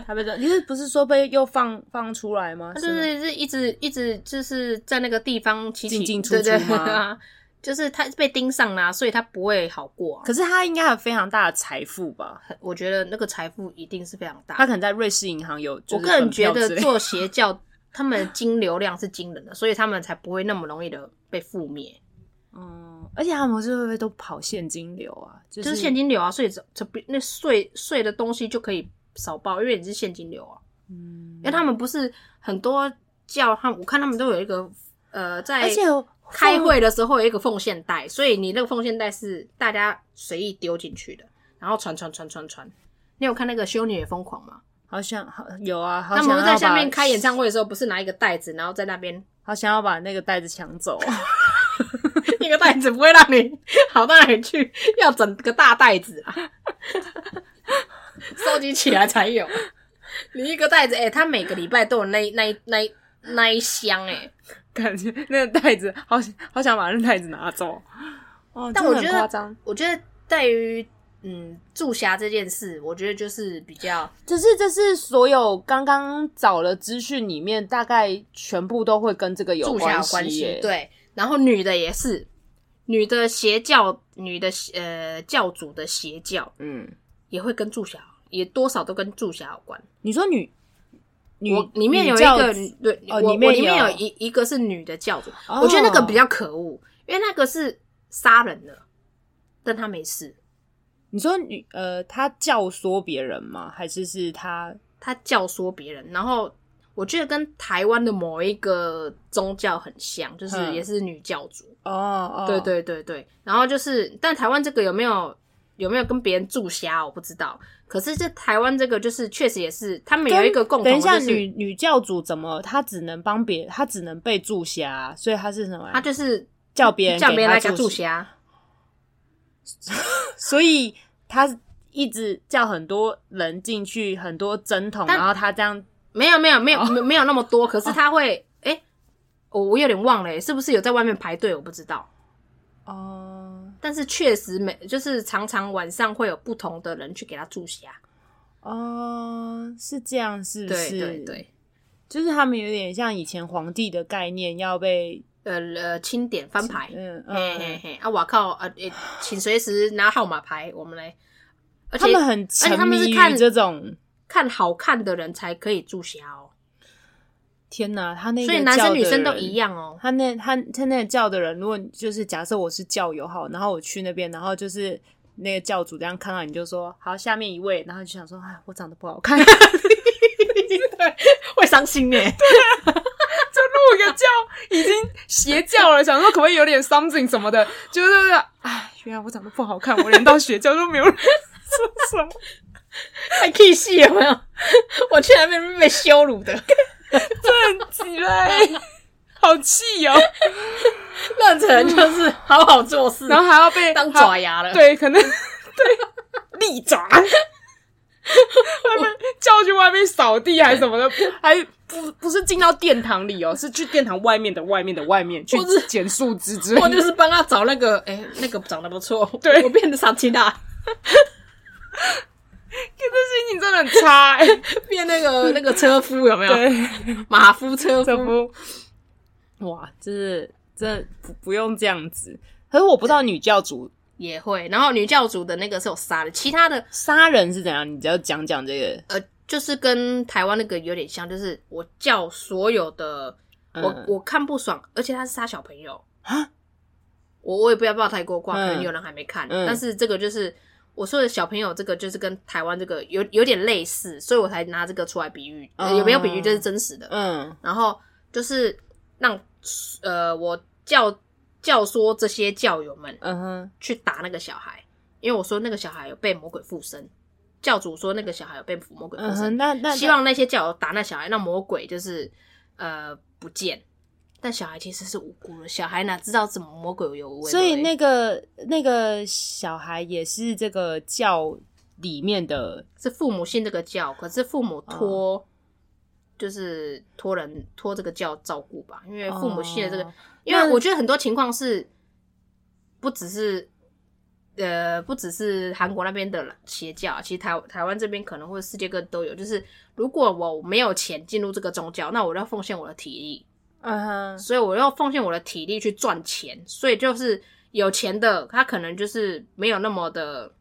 B: 他被抓。你是不是说被又放放出来吗？
A: 他就是是一直一直就是在那个地方起起
B: 进进出
A: 对对
B: 出吗
A: [LAUGHS] 就是他被盯上啦、所以他不会好过、啊。
B: 可是他应该有非常大的财富吧？
A: 我觉得那个财富一定是非常大
B: 他可能在瑞士银行有，
A: 我
B: 就是
A: 个人
B: 本
A: 觉
B: 票
A: 得
B: 之类的
A: 做邪教，他们的金流量是惊人的，所以他们才不会那么容易的被覆灭，
B: 嗯，而且他们是会不会都跑现金流啊？就
A: 就是是现，金流啊，所以这这不那税税的东西就可以少报，因为你是现金流啊。
B: 嗯
A: 因为他们不是很多教他们，我看他们都有一个呃，在
B: 而且
A: 开会的时候有一个奉献袋，所以你那个奉献袋是大家随意丢进去的，然后传传传传传。你有看那个《修女也疯狂》吗？
B: 好想好有啊，好
A: 他
B: 想
A: 们
B: 要
A: 在下
B: 把
A: 面开演，唱会的时候，不是拿一个袋子，然后在那边
B: 好想要把那个袋子抢走。 [LAUGHS]
A: [LAUGHS] 一个袋子不会让你 [LAUGHS] 好到哪里去，要整个大袋子啊， [LAUGHS] 收集起来才有。你一个袋子，哎、它每个礼拜都有那一那一那一那一箱哎、
B: 感觉那个袋子好想好想把那袋子拿走。哦，
A: 但
B: 真的
A: 我
B: 很
A: 觉得
B: 夸张，
A: 我觉得对于嗯住侠这件事，我觉得就是比较
B: 就是这是所有刚刚找了资讯里面，大概全部都会跟这个有
A: 住侠有
B: 关
A: 关
B: 系
A: 系
B: 耶。
A: 对，然后女的也是，女的邪教，女的呃教主的邪教
B: 嗯，
A: 也会跟住侠，也多少都跟住侠有关。
B: 你说女女
A: 我里面有一
B: 女教
A: 个
B: 子
A: 对，我
B: 哦里面
A: 我里面
B: 有
A: 有一一个是女的教主，
B: 哦
A: 我觉得那个比较可恶，因为那个是杀人的，但他没事，
B: 你说女呃，她教唆别人吗？还是是她
A: 他教唆别人，然后我觉得跟台湾的某一个宗教很像，就是
B: 嗯
A: 也是女教主，
B: 哦哦，
A: 对对对对，然后就是，但台湾这个有没有有没有跟别人住虾，我不知道，可是这台湾这个就是确实也是，他们有一个共同的
B: 等一下，
A: 就是
B: 女女教主怎么她只能帮别，她只能被注侠、所以她是什么、啊
A: 他就是
B: 叫别人
A: 叫别人来给
B: 她
A: 他住
B: 侠，
A: 虾，
B: 所以她一直叫很多人进去，很多针筒，
A: 但
B: 然后她这样
A: 没有没有
B: 哦
A: 没有没没有那么多，可是他会哎、诶我我有点忘了、诶是不是有在外面排队？我不知道，
B: 哦
A: 但是确实每就是常常晚上会有不同的人去给他注下，啊
B: 哦，哦，是这样，是不
A: 对
B: 是？
A: 对对，
B: 就是他们有点像以前皇帝的概念要被，
A: 呃呃，清点翻牌，
B: 嗯
A: 嘿嘿
B: 嗯，
A: 嘿，啊，我靠，啊，诶请随时拿号码牌，我们来，而且
B: 他们很
A: 而且他
B: 沉
A: 们是
B: 迷
A: 看
B: 于这种。
A: 看好看的人才可以注销哦，
B: 天哪，他那个
A: 所以男生
B: 叫
A: 女
B: 的
A: 生都
B: 人
A: 一样哦。
B: 他那他他那个教的人，如果就是假设我是教友好，然后我去那边，然后就是那个教主这样看到你就说好，下面一位，然后就想说，哎，我长得不好看，
A: 会伤心呢、
B: 我个教已经邪教了，想说可不可以有点 something 什么的，就是哎，原来我长得不好看，我连到邪教都没有人说什么，
A: 太 K 戏有没
B: [LAUGHS]
A: 有？我去那边是被羞辱 [LAUGHS] 的，
B: 起来，好气哦，
A: 乐成就是好好做事，
B: 嗯然后还要被
A: 当爪牙了。，
B: [LAUGHS] 对，可能对利爪，外面叫去外面扫地还是什么 [LAUGHS] 的，还不不是进到殿堂里 [LAUGHS] 哦，是去殿堂外面的外面的外面去
A: 或是
B: 捡树枝
A: [LAUGHS]
B: 之类
A: 我就
B: 的。
A: 是帮他找那个， [LAUGHS] 哎、那个长得不错，
B: 对
A: 我变得傻气大，
B: 这心情真的很差、欸，
A: [LAUGHS] 变那个那个车夫有没有？
B: [LAUGHS] 对，
A: 马夫车
B: 这
A: 夫，
B: 不哇，就是这不不用这样子。可是我不知道女教主
A: 也会。然后女教主的那个是有杀的，其他的
B: 杀人是怎样，你只要讲讲这个。
A: 呃，就是跟台湾那个有点像，就是我叫所有的，我
B: 嗯
A: 我看不爽，而且他是杀小朋友我我也不要报太过挂，可能
B: 嗯
A: 有人还没看，
B: 嗯
A: 但是这个就是我说的小朋友，这个就是跟台湾这个有有点类似，所以我才拿这个出来比喻，呃
B: 哦
A: 有没有比喻这是真实的。
B: 嗯
A: 然后就是让呃我教教唆这些教友们
B: 嗯哼，
A: 去打那个小孩，因为我说那个小孩有被魔鬼附身，教主说那个小孩有被魔鬼附
B: 嗯
A: 身
B: 哼，，那那
A: 希望那些教友打那小孩，让魔鬼就是呃不见。但小孩其实是无辜的，小孩哪知道怎么魔鬼有为？
B: 所以那个那个小孩也是这个教里面的，
A: 是父母信这个教，可是父母托、
B: 哦
A: 就是托人托这个教照顾吧，因为父母信的这个，
B: 哦
A: 因为我觉得很多情况是不只是呃不只是韩国那边的邪教，啊其实台台湾这边可能或者世界各地都有，就是如果我没有钱进入这个宗教，那我要奉献我的体力，
B: 嗯哼，
A: 所以我要奉献我的体力去赚钱，所以就是有钱的他可能就是没有那么的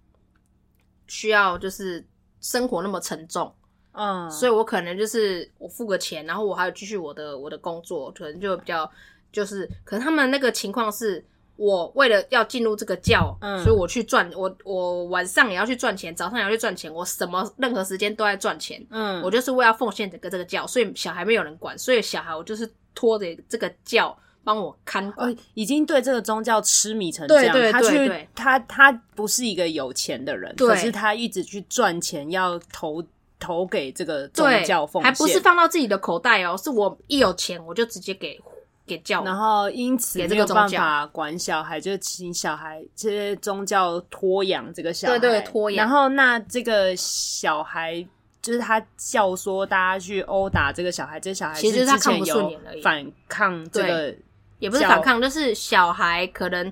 A: 需要，就是生活那么沉重，
B: 嗯，
A: 所
B: 以
A: 以我可能就是我付个钱，然后我还有继续我的我的工作，可能就比较就是，可是他们那个情况是。我为了要进入这个教，
B: 嗯
A: 所以我去赚，我我晚上也要去赚钱，早上也要去赚钱，我什么任何时间都在赚钱，
B: 嗯，
A: 我就是为了奉献整个这个教，所以小孩没有人管，所以小孩我就是拖着这个教帮我看管。
B: 哦，已经对这个宗教痴迷成这样，
A: 对对
B: 他
A: 对
B: 去
A: 对
B: 他他不是一个有钱的人，
A: 对
B: 可是他一直去赚钱，要投投给这个宗
A: 对
B: 教奉，献，
A: 还不是放到自己的口袋哦，是我一有钱我就直接给给教。
B: 然后因此
A: 给这
B: 没
A: 个
B: 有
A: 宗
B: 办
A: 教
B: 法管小孩，就请小孩这些宗教托养这个小孩，
A: 对对托养
B: 然后那这个小孩就是他教唆大家去殴打这个小孩，这小孩
A: 其实就是他
B: 之
A: 看
B: 前
A: 不顺眼而已
B: 有反抗这个，
A: 也不是
B: 教
A: 反抗，就是小孩可能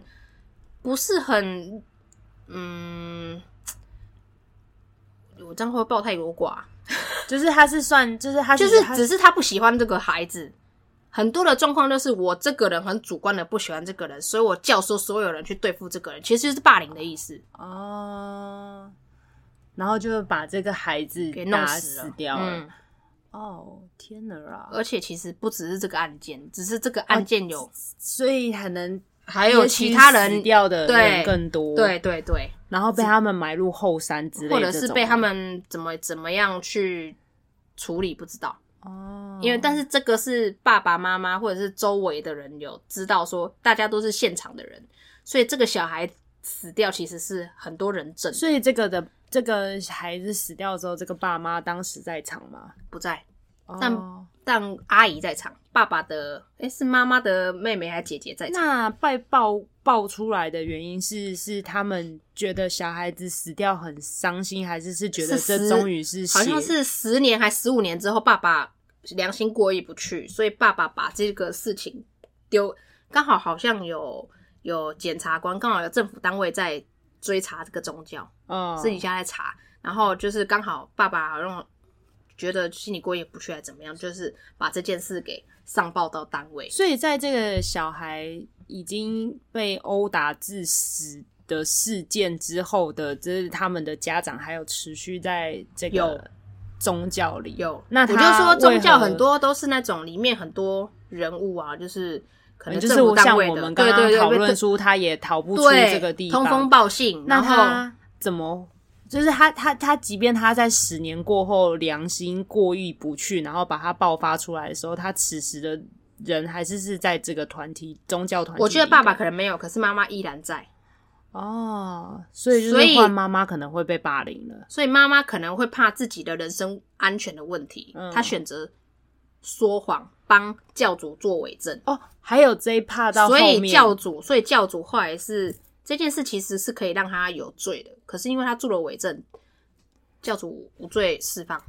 A: 不是很，嗯，我这样会不会爆太多寡？
B: 就是他是算，就是他
A: 就是
B: 他
A: 只是他不喜欢这个孩子。很多的状况就是我这个人很主观的不喜欢这个人，所以我教唆所有人去对付这个人，其实就是霸凌的意思。
B: 哦，然后就把这个孩子
A: 给
B: 打
A: 弄死了，
B: 掉了。
A: 嗯，
B: 哦，天哪啊！
A: 而且其实不只是这个案件，只是这
B: 哦
A: 个案件有、
B: 所以还能
A: 还
B: 还
A: 有其他人，
B: 掉的人
A: 对
B: 更多，
A: 对对对，
B: 然后被他们埋入后山之类的
A: 或
B: 这种，
A: 者是被他们怎么怎么样去处理不知道，
B: 哦，
A: 因为但是这个是爸爸妈妈或者是周围的人有知道说，大家都是现场的人，所以这个小孩死掉其实是很多人证
B: 所以这个的这个孩子死掉之后，这个爸妈当时在场吗？
A: 不在，但
B: 哦、
A: 但阿姨在场，爸爸的诶、是妈妈的妹妹还是姐姐在场？
B: 那被爆爆出来的原因是是他们觉得小孩子死掉很伤心，还是是觉得
A: 是
B: 这
A: 十
B: 终于是
A: 好像
B: 邪
A: 是十年还十五年之后，爸爸良心过意不去，所以爸爸把这个事情丢，刚好好像有有检察官，刚好有政府单位在追查这个宗教，
B: 哦
A: 私底下在查，然后就是刚好爸爸好像觉得心里过意不去，还怎么样，就是把这件事给上报到单位。
B: 所以在这个小孩已经被殴打致死的事件之后的，就是他们的家长还有持续在这
A: 有
B: 个宗教里
A: 有，
B: 那
A: 我就
B: 他
A: 说宗教
B: 为何
A: 很多都是那种里面很多人物啊，就是可能
B: 嗯就是
A: 政府单
B: 像
A: 位
B: 我
A: 的，
B: 们
A: 对
B: 刚刚
A: 对对，
B: 讨
A: 对
B: 论出，他也逃不出
A: 对
B: 这个地
A: 通风
B: 方。
A: 报信，
B: 那
A: 然后
B: 他怎么？就是他他他，即便他在十年过后良心过意不去，然后把它爆发出来的时候，他此时的人还是是在这个团体宗教团体里的。
A: 我觉得爸爸可能没有，可是妈妈依然在，
B: 哦，所以就
A: 所
B: 是
A: 以
B: 换妈妈可能会被霸凌了。
A: 所以妈妈可能会怕自己的人身安全的问题，
B: 嗯
A: 她选择说谎帮教主做伪证，
B: 哦，还有这一趴到后
A: 所以
B: 面
A: 教主，所以教主后来是这件事其实是可以让他有罪的，可是因为他做了伪证，教主无罪释放，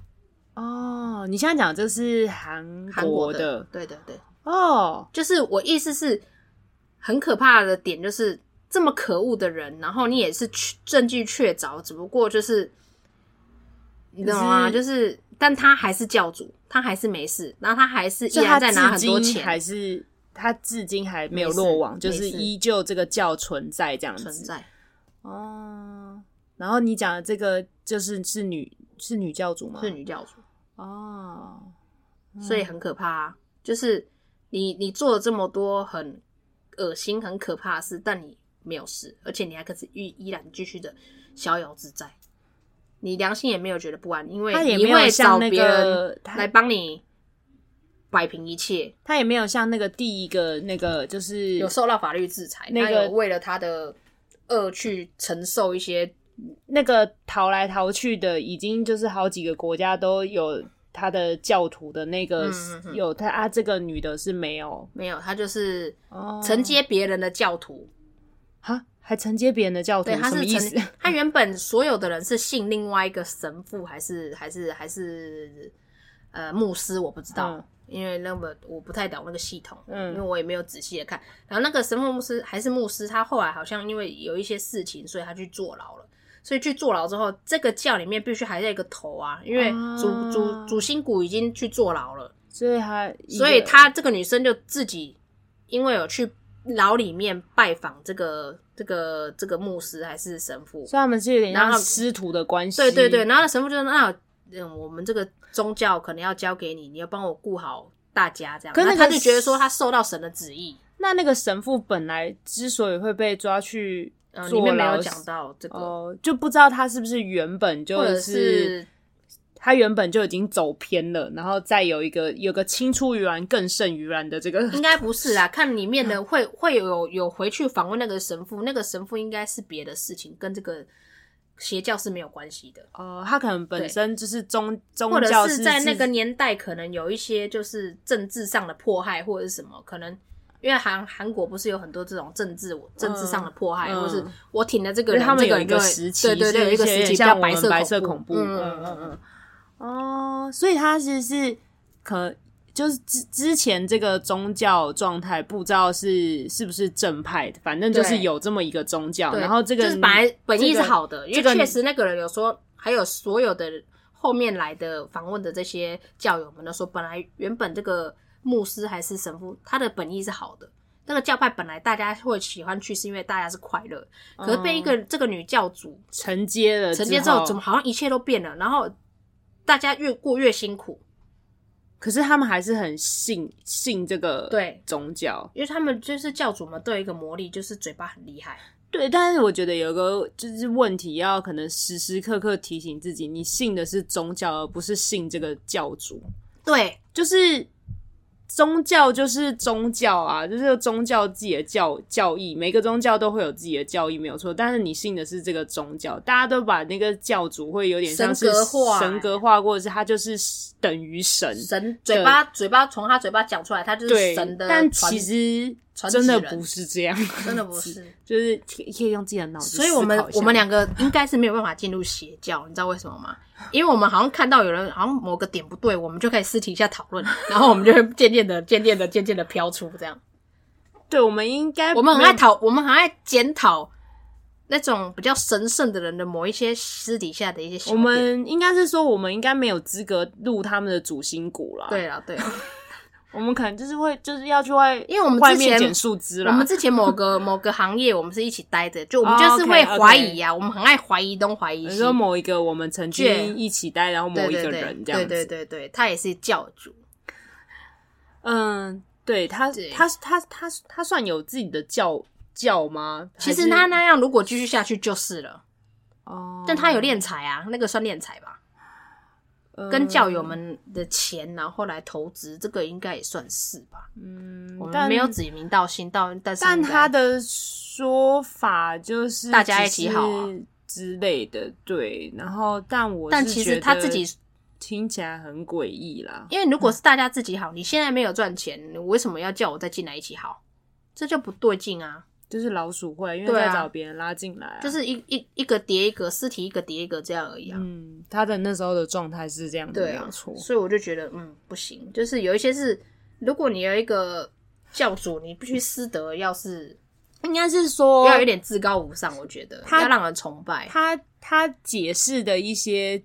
B: 哦，你现在讲这是韩
A: 韩国的，
B: 的
A: 对对对，
B: 哦，
A: 就是我意思是很可怕的点就是。这么可恶的人，然后你也是确证据确凿，只不过就是你懂吗？
B: 可
A: 就是，但他还是教主，他还是没事，然后他还是依
B: 所以他
A: 然在拿
B: 至
A: 很多
B: 今
A: 钱，
B: 还是他至今还没有
A: 没事
B: 落网，就
A: 没
B: 是
A: 事
B: 依旧这个教存在这样子。
A: 存在。
B: 哦，然后你讲的这个就是是女是女教主吗？
A: 是女教主，
B: 哦，
A: 所以很可怕、啊。就是你你做了这么多很恶心、很可怕的事，但你没有事，而且你还可是依依然继续的逍遥自在，你良心也没有觉得不安，因为
B: 他也
A: 你
B: 没有
A: 会
B: 像
A: 找
B: 那
A: 别人
B: 个他
A: 来帮你摆平一切，
B: 他也没有像那个第一个那个就是
A: 有受到法律制裁，
B: 那
A: 他
B: 个
A: 有为了他的恶去承受一些
B: 那个逃来逃去的，已经就是好几个国家都有他的教徒的那个、
A: 嗯嗯嗯
B: 有他啊，这个女的是没有
A: 没有，他就是
B: 哦
A: 承接别人的教徒。
B: 哈，还承接别人的教徒，
A: 对，他
B: 什么
A: 是
B: 意
A: 承
B: 思？
A: 他原本所有的人是信另外一个神父，还是还是还是呃牧师，我不知道，
B: 嗯
A: 因为那么我不太懂那个系统，
B: 嗯
A: 因为我也没有仔细的看。然后那个神父牧师还是牧师，他后来好像因为有一些事情，所以他去坐牢了。所以去坐牢之后，这个教里面必须还在一个头啊，因为主、
B: 啊
A: 主主心骨已经去坐牢了，
B: 所以他一个，
A: 所以她这个女生就自己因为有去牢里面拜访这个这个这个牧师还是神父，
B: 所以他们是有点
A: 然
B: 像
A: 后
B: 师徒的关系，
A: 对对对，，然后那神父就说：“那嗯，我们这个宗教可能要交给你，你要帮我顾好大家这样。”
B: 可是那个
A: 他就觉得说他受到神的旨意，
B: 那那个神父本来之所以会被抓去
A: 嗯，
B: 坐牢，
A: 里面没有讲到这个，
B: 哦、就不知道他是不是原本就
A: 或者
B: 是
A: 是
B: 他原本就已经走偏了，然后再有一个有个青出于蓝更胜于蓝的这个
A: 应该不是啦。看里
B: 嗯
A: 面的会会有有回去访问那个神父，那个神父应该是别的事情，跟这个邪教是没有关系的，
B: 呃，他可能本身就是宗宗
A: 或者
B: 教
A: 是在那个
B: 是
A: 年代可能有一些就是政治上的迫害或者是什么可能。因为韩韩国不是有很多这种政治政治上的迫害，
B: 嗯
A: 或是我挺了这个
B: 因为
A: 人，
B: 他们
A: 这
B: 有
A: 个
B: 一
A: 人
B: 个
A: 就会
B: 时期，
A: 对对对，有一个
B: 是有
A: 时
B: 点
A: 期
B: 像
A: 叫
B: 我
A: 白
B: 们白色
A: 恐
B: 恐怖，
A: 嗯
B: 嗯嗯
A: 嗯
B: 嗯哦，所以他其实是可就是之之前这个宗教状态，不知道是是不是正派的，反正就是
A: 对
B: 有这么一个宗教，
A: 对
B: 然后这个
A: 就是本来本意是好的，
B: 这
A: 因
B: 个
A: 为确实那个人有说，还有所有的后面来的访问的这些教友们都说，本来原本这个牧师还是神父，他的本意是好的。那个教派本来大家会喜欢去，是因为大家是快乐。可是被一个、
B: 哦
A: 这个女教主
B: 承接了
A: 承接之后，怎么？好像一切都变了？然后大家越过越辛苦，
B: 可是他们还是很信信这个
A: 对
B: 宗教，
A: 因为他们就是教主们都有一个魔力，就是嘴巴很厉害。
B: 对。但是我觉得有个就是问题，要可能时时刻刻提醒自己，你信的是宗教，而不是信这个教主。
A: 对，
B: 就是宗教就是宗教啊，就是有宗教自己的教教义，每个宗教都会有自己的教义，没有错。但是你信的是这个宗教，大家都把那个教主会有点像是
A: 神格化
B: 神格化，或者是他就是等于神。
A: 神嘴巴嘴巴从他嘴巴讲出来，他就是
B: 对
A: 神，的传。
B: 但其实
A: 传
B: 真的
A: 奇人
B: 不是这样，
A: 真的不是，
B: 就是可以可以用自己的脑子
A: 所
B: 思
A: 以
B: 考一下。
A: 我们我们两个应该是没有办法进入邪教，你知道为什么吗？ [LAUGHS] 因为我们好像看到有人好像某个点不对，我们就可以私底下讨论， [LAUGHS] 然后我们就会渐渐的、渐渐的、渐渐的
B: [LAUGHS]
A: 飘出这样。
B: 对，我们应该
A: 我们很
B: 没有
A: 爱讨，我们很爱检讨那种比较神圣的人的某一些私底下的一些小
B: 我
A: 点。
B: 们应该是说，我们应该没有资格录他们的主心骨啦。，
A: 对了，对啦，
B: 我们可能就是会，就是要去外，
A: 因为我们
B: 外
A: 之
B: 面
A: 前
B: 捡树枝啦。
A: 我们之前某个 [LAUGHS] 某个行业，我们是一起待的，就我们
B: 哦
A: 就是会
B: OK，OK
A: 怀疑啊我们很爱怀疑东怀疑
B: 你
A: 西。
B: 说某一个我们曾
A: 对
B: 经一起待，然后某
A: 对
B: 一
A: 对
B: 个
A: 对
B: 人这样子。
A: 对对对对，他也是教主，
B: 嗯，对他
A: 对，
B: 他他他他算有自己的教教吗？
A: 其
B: 还
A: 实
B: 是
A: 他那样如果继续下去就是了，
B: 哦，
A: 但他有敛财啊，那个算敛财吧，
B: 嗯
A: 跟教友们的钱然后来投资，这个应该也算是吧。
B: 嗯，
A: 我们
B: 但
A: 没有指名道姓，到但是
B: 但
A: 应该
B: 他的说法就是
A: 大家
B: 只
A: 一起好啊
B: 是之类的，对。然后，但我
A: 但
B: 是
A: 其
B: 觉
A: 实
B: 得
A: 他自己，
B: 听起来很诡异啦。
A: 因为如果是大家自己好，你现在没有赚钱，你为什么要叫我再进来一起好？这就不对劲啊！
B: 就是老鼠会，因为
A: 对啊
B: 在找别人拉进来啊、
A: 就是一一一个叠一个，尸体一个叠一个这样而已啊。
B: 嗯，他的那时候的状态是这样的，
A: 对
B: 没
A: 啊
B: 有，错。
A: 所以我就觉得，嗯，不行，就是有一些是，如果你有一个教主，你必须师德要是
B: 应该是说
A: 要有点至高无上，我觉得
B: 哦他
A: 要让人崇拜。
B: 他他解释的一些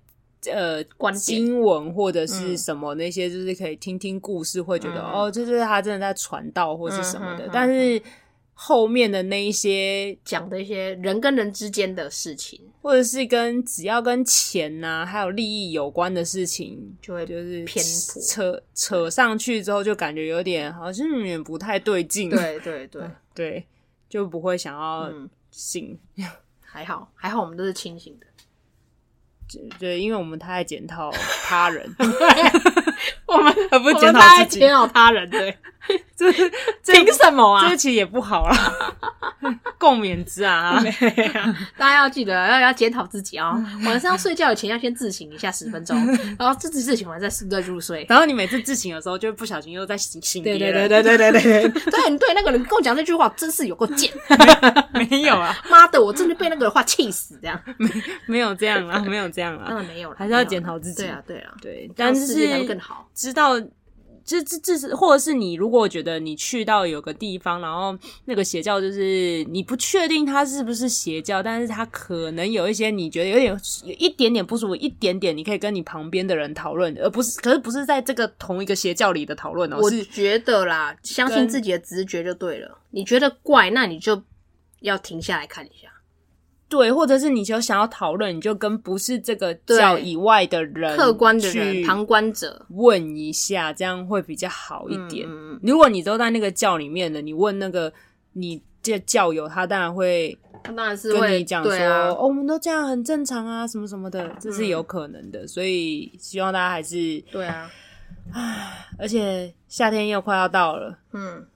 B: 呃
A: 观点
B: 经文或者是
A: 嗯
B: 什么那些，就是可以听听故事，会觉得、
A: 嗯
B: 哦，这就是他真的在传道或是什么的。
A: 嗯哼
B: 但是后面的那一些，
A: 讲的一些人跟人之间的事情，
B: 或者是跟只要跟钱呐、还有利益有关的事情，
A: 就会
B: 就是
A: 偏
B: 扯
A: 颇
B: 扯扯上去之后，就感觉有点好像有点不太对劲。
A: 对对对，
B: 嗯对，就不会想要
A: 嗯，
B: 信。
A: 还好还好，我们都是清醒的。
B: 对，因为我们太爱检讨
A: [LAUGHS]
B: 他人，
A: 我们
B: 而不
A: 我
B: 是检
A: 们
B: 讨
A: 太
B: 自己
A: 检。讨他人，对，
B: 这是这
A: 凭什么啊
B: 这？其实也不好啦，
A: [LAUGHS]
B: 共勉之啊。
A: 大家要记得要要检讨自己哦。
B: 嗯
A: 晚上睡觉以前要先自省一下十分钟，然后自己自省完再再入睡。
B: 然后你每次自省的时候，就会不小心又在醒醒别
A: 对
B: 人。
A: 对对对对对对对，对你对那个人跟我讲这句话，真是有够贱！ [LAUGHS]
B: 对， [LAUGHS] 没有啊，
A: 妈的，我真的被那个话气死，这样
B: 没有这样啦，没有这样
A: 当
B: 啦。
A: 然没有了，
B: 还是要检讨自己
A: 对啊，对啊，
B: 对，
A: 这样
B: 但是
A: 世界才会更好。
B: 知道。这这这是，或者是你如果觉得你去到有个地方，然后那个邪教就是你不确定它是不是邪教，但是它可能有一些你觉得有点有一点点不舒服，一点点你可以跟你旁边的人讨论，而不是可是不是在这个同一个邪教里的讨论哦，
A: 我
B: 是
A: 觉得啦，相信
B: 跟
A: 自己的直觉就对了。你觉得怪，那你就要停下来看一下。
B: 对，或者是你就想要讨论，你就跟不是这个教
A: 对
B: 以外的人、
A: 客观的人，旁观者
B: 问一下，这样会比较好一点。
A: 嗯嗯
B: 如果你都在那个教里面的，你问那个你这教友，他当然会
A: 他当然是
B: 跟
A: 会
B: 你讲说、
A: 对啊
B: 哦，，我们都这样很正常啊，什么什么的，这是有可能的。所以希望大家还是，
A: 对啊，
B: 而且夏天又快要到了，
A: 嗯，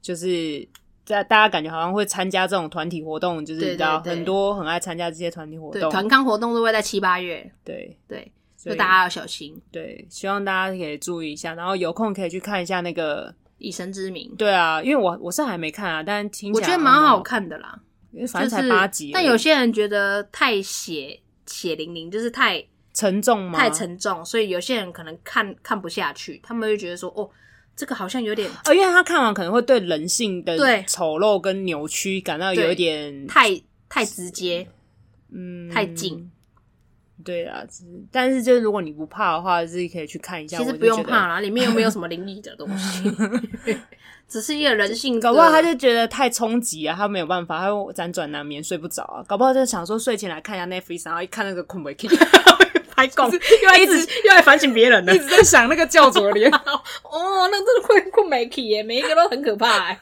B: 就是。大大家感觉好像会参加这种团体活动，就是你
A: 对
B: 知道
A: 对对
B: 很多很爱参加这些团体活
A: 对，
B: 动，
A: 团康活动都会在七八月，
B: 对，
A: 对，
B: 所
A: 就
B: 以
A: 大家要小心，
B: 对，希望大家可以注意一下，然后有空可以去看一下那个。
A: 以神之名，
B: 对啊，因为我我是还没看啊，但听起
A: 我
B: 来
A: 觉得蛮好，看的啦。
B: 因为反正
A: 就
B: 才
A: 是
B: 八集而已，
A: 但有些人觉得太血血淋淋，就是太
B: 沉重吗？
A: 太。沉重，所以有些人可能看看不下去，他们会觉得说，哦，这个好像有点
B: 哦，因为他看完可能会对人性的
A: 对
B: 丑陋跟扭曲感到有一点
A: 太太直接，
B: 嗯
A: 太近。
B: 对啊，只是但是就是如果你不怕的话，自己可以去看一下。
A: 其实
B: 我就
A: 不用
B: 觉得
A: 怕，啦，里面又没有什么灵异的东
B: [LAUGHS]
A: 西，只是一个人性的。
B: 搞不好他就觉得太冲击啊，他没有办法，他会辗转难眠，睡不着啊。搞不好就想说睡前来看一下 Netflix，然后一看那 [LAUGHS] 个困不起，
A: 拍供， [LAUGHS] 又来一直又来反省别人了
B: [LAUGHS] 一。直在想那个教主
A: [LAUGHS]
B: 的脸。
A: 哦，那真的困困没起耶，每一个都很可怕哎。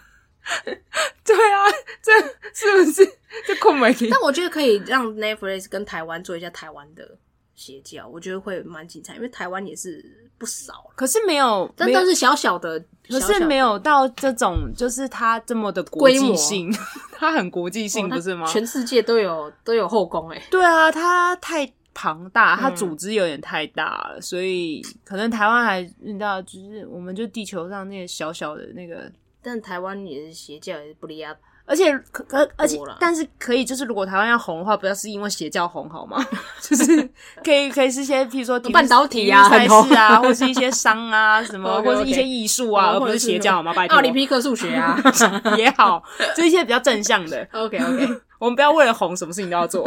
B: 对啊，这是不是这困没听？
A: [LAUGHS] 但我觉得可以让 Netflix 跟台湾做一下台湾的邪教，我觉得会蛮精彩，因为台湾也是不少，
B: 可是没有，
A: 但
B: 没有
A: 都是小小的，
B: 可
A: 小小
B: 是
A: 的哦
B: 没有到这种，就是它这么的国
A: 规
B: 际
A: 模
B: 性， [LAUGHS] 它很国际性，
A: 哦它
B: 不是吗？
A: 全世界都有都有后宫哎、
B: 对啊，它太庞大，它组织有点太大了，所以可能台湾还你知道，就是我们就地球上那个小小的那个。
A: 但台湾也是邪教，也是不利亚。
B: 而且可可而且
A: 多啦，
B: 但是可以，就是如果台湾要红的话，不要是因为邪教
A: [LAUGHS]
B: 红好吗？就是可以可以是一些，譬如说体育
A: 半导体啊
B: 体育赛
A: 很红
B: 事啊，或是一些
A: [LAUGHS]
B: 商啊什么，或
A: OK，OK 哦
B: 是一些艺术啊，而不是 [LAUGHS] 邪教好吗？拜托，
A: [LAUGHS] 奥林匹克数学啊
B: 也好，就一些比较正向的。
A: [LAUGHS] ，OK OK，
B: 我们不要为了红，什么事情都要做，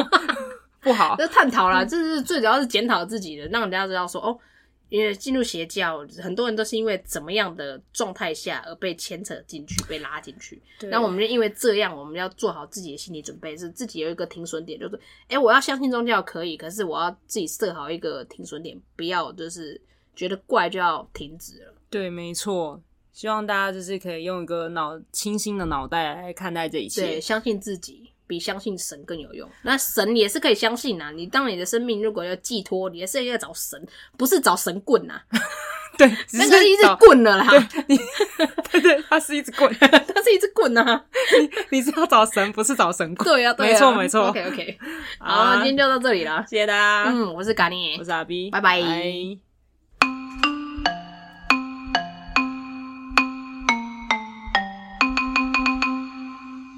B: 不好。
A: 这探讨啦，这是最主要是检讨自己的，让人家知道说哦，因为进入邪教，很多人都是因为怎么样的状态下而被牵扯进去、被拉进去。那我们就因为这样，我们要做好自己的心理准备，是自己有一个停损点，就是哎，我要相信宗教可以，可是我要自己设好一个停损点，不要就是觉得怪就要停止了。
B: 对，没错。希望大家就是可以用一个脑清新的脑袋来看待这一
A: 对，
B: 切。
A: 相信自己比相信神更有用。那神也是可以相信啊，你当你的生命如果要寄托，你也是要找神，不是找神棍呐、啊，
B: 对，只
A: 那个是一只
B: 找
A: 棍了啦。
B: 对对，它是一只棍，
A: 它是一只棍啊！
B: [LAUGHS] 你是要找神，不是找神棍。
A: 对呀、啊，对啊
B: 没错没错
A: OK OK，好，
B: 啊
A: 今天就到这里啦。
B: 谢谢大家，
A: 嗯，我是咖喱，
B: 我是阿 B，
A: 拜拜
B: 拜